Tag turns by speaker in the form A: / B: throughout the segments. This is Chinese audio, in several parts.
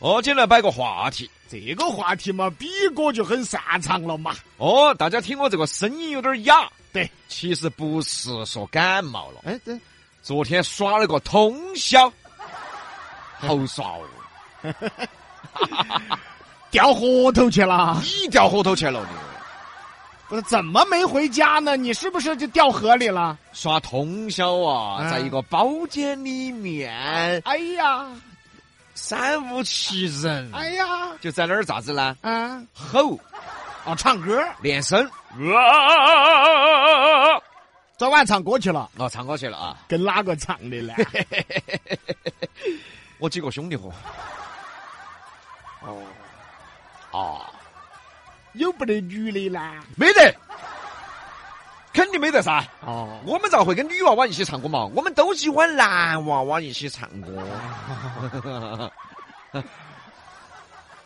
A: 哦，今天来摆个话题。
B: 这个话题嘛，比哥就很擅长了嘛。
A: 哦，大家听我这个声音有点哑，
B: 对，
A: 其实不是说感冒了，
B: 哎，对，
A: 昨天耍了个通宵，好耍哦！
B: 掉河头去了，
A: 你掉河头去了你，
B: 不是怎么没回家呢？你是不是就掉河里了？
A: 耍通宵啊，
B: 嗯
A: 在一个包间里面，
B: 哎呀，
A: 三五七人，
B: 哎呀，
A: 就在那儿咋子呢？
B: 啊，
A: 吼，
B: 哦，唱歌，
A: 练声，
B: 昨晚唱歌去了，
A: 哦，唱歌去了啊！
B: 跟哪个唱的呢？
A: 我几个兄弟伙，
B: 哦，
A: 啊，
B: 有不得女的呢？
A: 没得，肯定没得噻。
B: 哦，
A: 我们咋会跟女娃娃一起唱歌嘛？我们都喜欢男娃娃一起唱歌。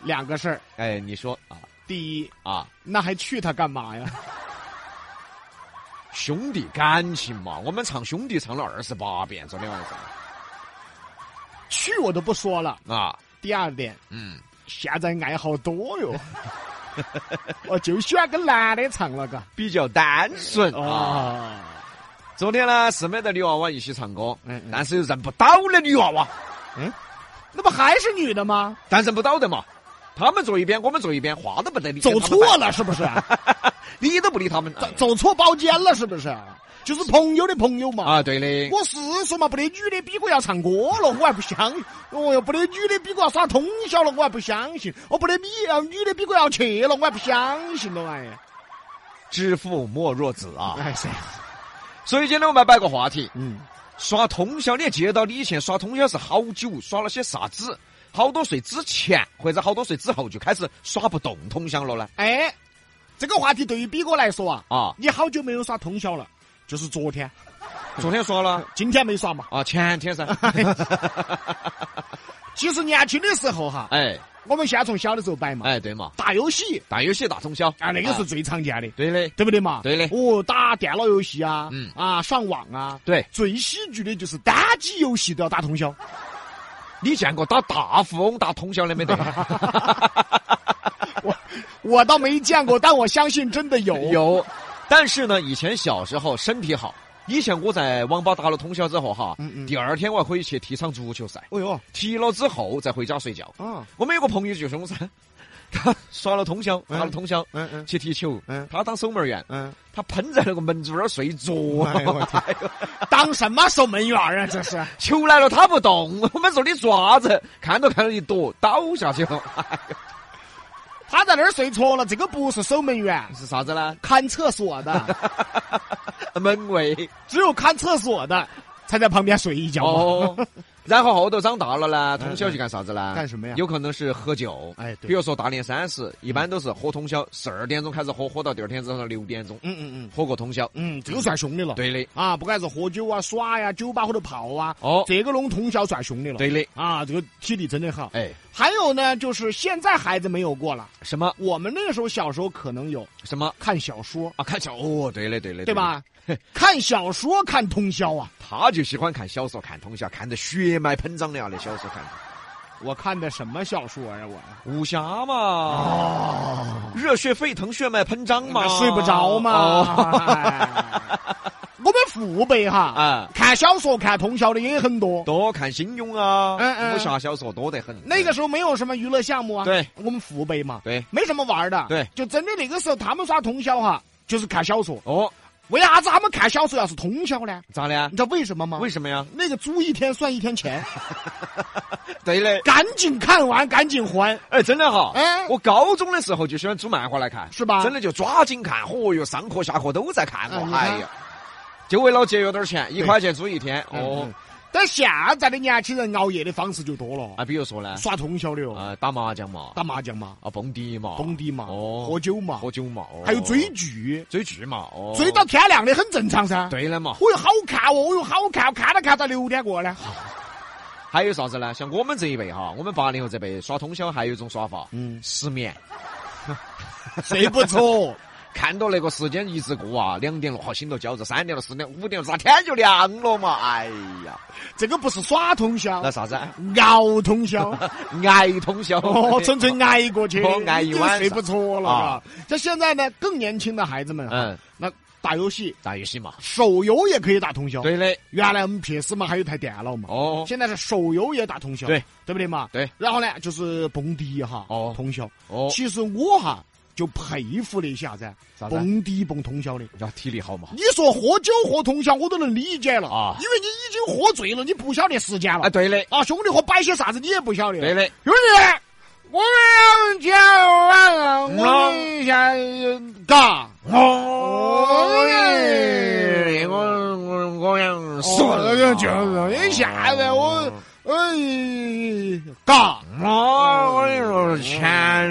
B: 两个事儿，
A: 哎，你说啊
B: 第一，
A: 啊，
B: 那还去他干嘛 呀？
A: 兄弟感情嘛，我们唱兄弟唱了二十八遍，昨天晚上
B: 去我都不说了。
A: 啊，
B: 第二点，
A: 嗯，
B: 现在爱好多 哟，我就喜欢跟男的唱那个。
A: 比较单纯啊。
B: 哦，
A: 昨天呢是没得女娃娃一起唱歌，
B: 嗯嗯
A: 但是又认不到的女娃娃，
B: 那不还是女的吗？
A: 但认不到的嘛。他们坐一边，我们坐一边，话都不得理。
B: 走错了是不 是？
A: 理都不理他们。
B: 走走错包间了是不是？就是朋友的朋友嘛。
A: 啊，对的。
B: 我是说嘛，不得女的比我要唱歌了，我还不相。哦哟，不得女的比我要耍通宵了，我还不相信。哦，不得你要女的比我要去了，我还不相信了哎呀。
A: 知父莫若子啊。
B: 哎噻，
A: 所以今天我们摆个话题，
B: 嗯，
A: 耍通宵，你还记得到你以前耍通宵是好久，耍了些啥子？好多岁之前或者好多岁之后就开始耍不动通宵了呢？
B: 哎，这个话题对于比哥来说啊，
A: 啊，
B: 你好久没有耍通宵了，就是昨天，
A: 昨天耍了
B: 今天没耍嘛。
A: 啊，前 天噻。
B: 其实年轻的时候哈，
A: 哎
B: 我们先从小的时候摆嘛，
A: 哎，对嘛，
B: 打游戏
A: 打游戏打通宵
B: 啊，那个是最常见的，
A: 对的，
B: 对不对嘛？
A: 对的
B: 哦，打电脑游戏啊，
A: 嗯
B: 啊，上网啊，
A: 对。
B: 最喜剧的就是单机游戏都要打通宵，
A: 你见过打大富翁打通宵的没得？
B: 我我倒没 见过，但我相信真的有。
A: 有，但是呢，以前小时候身体好，以前我在网吧打了通宵之后哈，
B: 嗯嗯
A: 第二天我还可以去踢场足球赛，
B: 哎呦，
A: 踢了之后再回家睡觉。
B: 啊，
A: 我们有个朋友就是我噻， 他耍了通宵，打了通宵。
B: 嗯嗯
A: 去踢球，
B: 嗯
A: 他当守门员，
B: 嗯，
A: 他喷在那个门柱那儿睡着，
B: 哎呦我天
A: 哎呦
B: 当什么守门员啊？这是，
A: 球来了他不动， 我们说你做啥子？看都看到一躲，倒下 去了，哎
B: 他在那儿睡着了，这个不是守门员，
A: 是啥子呢？
B: 看厕所 的，
A: 门卫
B: 只有看厕所的才在旁边睡一觉嘛。
A: 哦。 然后后头长大了呢，通宵去干啥子呢？
B: 干什么呀
A: 有可能是喝酒，
B: 哎对
A: 比如说大年三十，一般都是喝通宵，十二点钟开始喝，喝到第二天早上六点钟，
B: 嗯嗯嗯
A: 喝个通宵。
B: 嗯，这个算凶的了。
A: 对的，
B: 啊，不管是喝酒啊、耍呀、酒吧或者泡啊，
A: 哦，
B: 这个弄通宵算凶的了。
A: 对的，
B: 啊，这个体力真的好。
A: 哎，
B: 还有呢，就是现在孩子没有过了，
A: 什么
B: 我们那个时候小时候可能有
A: 什么
B: 看小说，
A: 啊？看小哦，对的，对的，
B: 对？吧？看小说看通宵啊，
A: 他就喜欢看小说，看通宵，看得血脉喷张的啊！那小说看的
B: 我看的什么小说呀、我
A: 武侠嘛，
B: 哦，
A: 热血沸腾，血脉喷张嘛，
B: 睡不着嘛。
A: 哦
B: 哎我们父辈哈，
A: 啊，
B: 看小说看通宵的也很多。
A: 多看金庸啊，
B: 嗯嗯
A: 武侠小说多得很。
B: 那个时候没有什么娱乐项目啊，
A: 对，
B: 我们父辈嘛，
A: 对
B: 没什么玩儿的，
A: 对
B: 就真的那个时候他们耍通宵哈，就是看小说。
A: 哦，
B: 为啥子他们看小说要是通宵呢？
A: 咋的啊
B: 你？知道为什么吗？
A: 为什么呀？
B: 那个租一天算一天钱，
A: 对的，
B: 赶紧看完赶紧还，
A: 哎，真的哈。
B: 哎，
A: 我高中的时候就喜欢租漫画来看，
B: 是吧
A: 真的就抓紧看，嚯哟，上课下课都在看
B: 哎你
A: 我，
B: 看
A: 哎呀，就为了节约点钱，一
B: 对
A: 块钱租一天。
B: 嗯
A: 哦
B: 嗯，但现在的年轻人熬夜的方式就多了，
A: 啊，比如说呢，
B: 耍通宵的哦，
A: 呃，打麻将嘛，
B: 打麻将嘛，
A: 啊，蹦迪嘛，
B: 蹦迪嘛，
A: 哦
B: 喝酒嘛，
A: 喝酒嘛，哦
B: 还有追剧，
A: 追剧嘛，哦，
B: 追到天亮的很正常噻。
A: 对了嘛，
B: 哦哟，好看哦，哦哟，好看，看着看到六 点过呢。
A: 还有啥子呢？像我们这一辈哈，我们八零后这辈耍通宵还有一种耍法，
B: 嗯，
A: 失眠。
B: 睡不着，
A: 看到那个时间一直过啊，两点了，好，醒到饺子，三点了，四点，五点了，咋天就亮了嘛？哎呀，
B: 这个不是耍通宵
A: 那，啥子？啊
B: 熬通 宵。
A: 挨通宵，
B: 哦，纯粹挨过去，
A: 哦挨一晚上
B: 已经睡不着了。
A: 啊
B: 啊！像现在呢，更年轻的孩子们，啊
A: 嗯，
B: 那打游戏，
A: 打游戏嘛。
B: 手游也可以打通宵。，
A: 对的，
B: 原来我们 PS 嘛，还有一台电脑嘛。
A: 哦，
B: 现在是手游也打通宵，
A: 对
B: 对不对嘛？
A: 对。
B: 然后呢，就是蹦迪哈，
A: 哦
B: 通宵。
A: 哦，
B: 其实我哈就佩服那些啥子
A: 啥子啊
B: 蹦迪蹦通宵的。
A: 要体力好嘛。
B: 你说喝酒喝通宵，我都能理解了
A: 啊
B: 因为你已经喝醉了，你不晓得时间了
A: 啊，对的，
B: 啊，兄弟伙摆些啥子你也不晓得。
A: 对的，
B: 兄弟，我们要今晚上我们一下
A: 嗯
B: 嘎，
A: 哦
B: 哎
A: 我我我想
B: 哦就是你下来我
A: 哦
B: 哎嘎，
A: 我我跟你说，前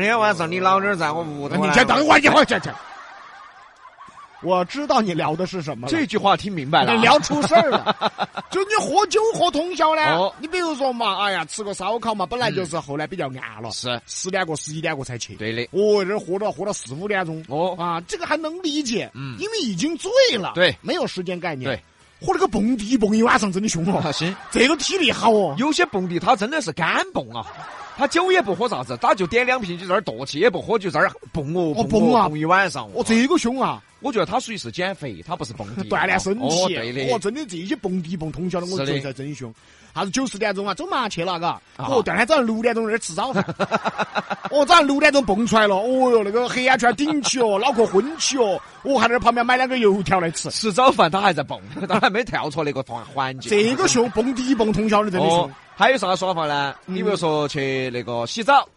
A: 天晚上你老爹儿在我屋头来，
B: 你先等会儿，一会儿去去。我知道你聊的是什么了。
A: 这句话听明白了啊，
B: 你聊出事儿了， 就你喝酒喝通宵呢。
A: 哦
B: 你比如说嘛，哎呀，吃个烧烤嘛，本来嗯就是后来比较暗了，
A: 是
B: 十点过十一点过才去。
A: 对的，
B: 哦，这喝到喝到四五点钟，
A: 哦，
B: 啊，这个还能理解，
A: 嗯
B: 因为已经醉了，
A: 对
B: 没有时间概念，
A: 对，
B: 嚯，那个蹦迪蹦一晚上真的凶 哦，
A: 行。
B: 这个体力好哦，
A: 有些蹦迪他真的是干蹦啊，他酒也不喝啥子，他就点两瓶就在那儿跺起，也不喝，就在那儿蹦哦
B: 哦
A: 蹦
B: 蹦
A: 哦
B: 啊
A: 蹦一晚上。
B: 哦，这个凶啊，
A: 我觉得他属于是减肥，他不是蹦迪，
B: 锻炼身
A: 哦
B: 体，
A: 对
B: 哦，
A: 的，
B: 真的这些蹦迪蹦通宵的，我
A: 是的
B: 觉得真凶。啥子九十点钟啊，走嘛去了，嘎。
A: 啊
B: 哦，第二天早上六点钟在那儿吃早饭，哦，早上六点钟蹦出来了，哦哟，那个黑眼圈顶起哦，脑壳昏起哦，我还在那儿旁边买两根油条来吃。
A: 吃早饭他还在蹦，他还没跳出那个环环境。
B: 这个凶，蹦迪蹦通宵的真的
A: 哦
B: 凶。，
A: 还有啥耍法呢？
B: 嗯
A: 你比如说去那个洗澡。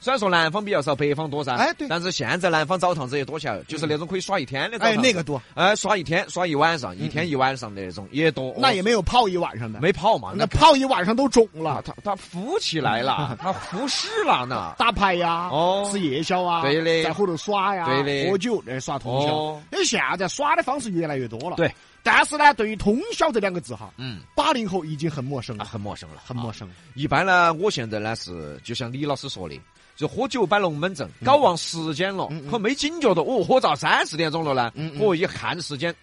A: 虽然说南方比较少，北方多噻。
B: 哎对
A: 但是现在南方澡堂子也多起来了，就是那种可以耍一天的澡
B: 哎，
A: 堂子。
B: 那个多，
A: 哎，耍一天、耍一晚上、一天一晚上的那种也多。
B: 那
A: 哦
B: 也没有泡一晚上的，
A: 没泡嘛，
B: 那泡一晚上都肿
A: 啊，
B: 了，
A: 他他浮起来 了，他浮尸了呢。
B: 打牌呀，
A: 哦
B: 吃夜宵啊，
A: 对的
B: 在后头耍呀，
A: 对的
B: 喝酒那耍通宵。
A: 哦，
B: 因为现在耍的方式越来越多了，
A: 对。
B: 但是呢，对于“通宵”这两个字哈，
A: 嗯，
B: 八零后已经很陌生
A: 啊，
B: 了，
A: 很陌生了，
B: 很陌生。
A: 一般呢，我现在呢是就像李老师说的，就喝酒摆龙门阵，搞忘时间了，
B: 嗯嗯嗯
A: 可没警觉到哦，喝到三四点钟了呢，
B: 嗯嗯
A: 我一看时间，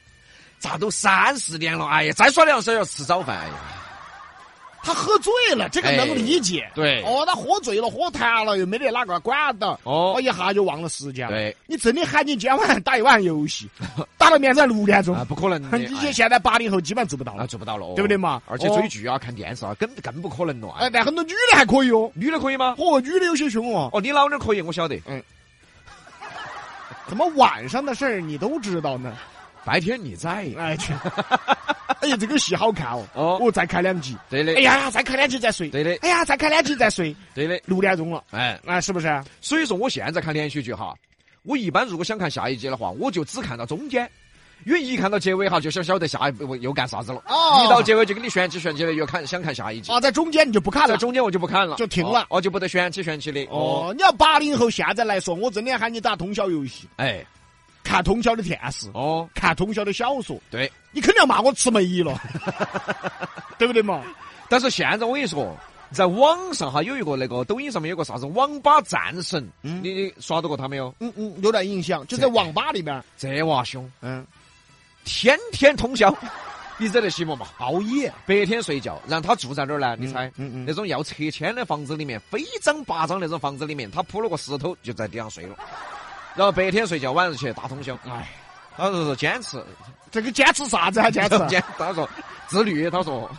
A: 咋都三四点了？哎呀，再耍两小时要吃早饭。哎呀，
B: 他喝醉了，这个能理解。
A: 哎对
B: 哦，他喝醉了，喝谈了，又没得哪个管到，
A: 哦
B: 哦，一下就忘了时间。，
A: 对
B: 你真的喊你今晚上打一晚上游戏，打到明天六点钟
A: 啊，，不可能的，
B: 你
A: 哎
B: 现在八零后基本上做不到
A: 啊
B: 了。
A: 做不到了，哦
B: 对不对嘛
A: 而且
B: 哦
A: 追剧啊、看电视啊，更更不可能了。
B: 哎，
A: 哎，
B: 但很多女的还可以哦，
A: 女的可以吗？
B: 嚯，女的有些凶哦，
A: 哦，你老娘可以，我晓得。
B: 怎么晚上的事儿你都知道呢？
A: 白天你在
B: 哎去， 哎呀，这个戏好看哦，
A: 哦，
B: 我再看两集，
A: 对的
B: 哎，呀，再看两集再睡，
A: 对的，
B: 哎呀，再看两集再睡，
A: 对的，
B: 六点钟了，
A: 哎。
B: 哎，是不是？
A: 所以说，我现在看连续剧哈，我一般如果想看下一集的话，我就只看到中间，因为一看到结尾哈，就想晓得下一步又干啥子了。
B: 哦
A: 一到结尾就给你悬起悬起的，又看想看下一集。
B: 啊，在中间你就不看
A: 在
B: 了。
A: 中间我就不看了，
B: 就停了
A: 哦，哦就不得悬起悬起的。哦，
B: 哦，你要八零后现在来说，我真的喊你打通宵游戏，
A: 哎，
B: 看通宵的电视，
A: 哦，
B: 看通宵的小说，
A: 对。
B: 你肯定要骂我吃梅 了，对不对嘛？
A: 但是现在我跟你说，在网上哈有一个那个抖音上面有个啥子网吧战神，
B: 嗯
A: 你你刷到过他没有？
B: 嗯嗯，有点印象，就在网吧里边，
A: 这娃凶，
B: 嗯，
A: 天天通宵， 你惹得起不嘛？
B: 熬夜，
A: 白天睡觉，然后他住在哪儿呢？你猜？
B: 嗯
A: 那，种要拆迁的房子里面，飞张八张那种房子里面，他铺了个石头就在地上睡了，然后白天睡觉，晚上去大通宵。
B: 哎，
A: 他说是坚持，
B: 这个坚持啥 子啊？坚持，
A: 坚，他说自律，他 说，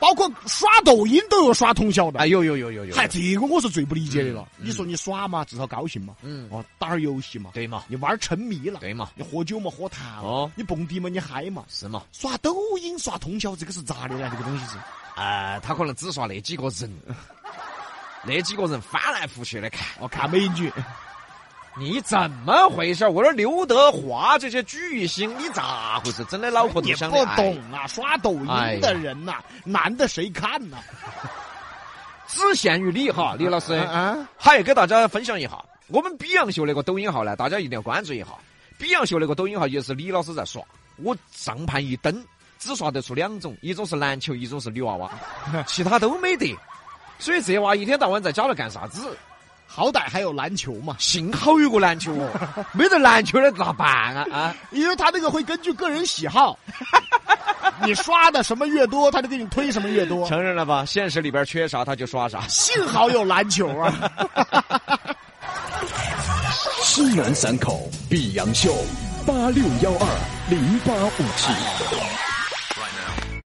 B: 包括刷抖音都有刷通宵的
A: 哎，，有有有有有，
B: 嗨，这个我是最不理解的了。
A: 嗯
B: 你说你耍嘛，至少高兴嘛，
A: 嗯，
B: 哦，打会儿游戏嘛，
A: 对嘛，
B: 你玩儿沉迷了，
A: 对嘛，
B: 你喝酒嘛，喝谈了，
A: 哦，
B: 你蹦迪嘛，你嗨嘛。
A: 是嘛，
B: 刷抖音刷通宵，这个是咋的呢？这个东西是，
A: 啊，他可能只刷那几个人， 那几个人翻来覆去的看，
B: 哦，看美女，
A: 你怎么回事？我说刘德华这些巨星，你咋回事？真的脑壳
B: 你
A: 都想
B: 不
A: 的，哎
B: 懂啊！刷抖音的人呐、男的谁看呐？
A: 哎只限于你哦哈，李老 师。
B: 啊，
A: 还给大家分享一下，我们比洋秀那个抖音号呢，大家一定要关注一下。比洋秀那个抖音号也是李老师在刷，我上盘一登，只刷得出两种，一种是篮球，一种是女娃娃，其他都没得。所以这娃一天到晚在家里干啥子？
B: 好歹还有篮球嘛，
A: 幸好有个篮球哦，没得篮球的咋办啊？啊，
B: 因为他那个会根据个人喜好， 你刷的什么越多，他就给你推什么越多。
A: 承认了吧？现实里边缺啥他就刷啥。
B: 幸好有篮球啊！
C: 西南三口碧阳秀八六幺二零八五七。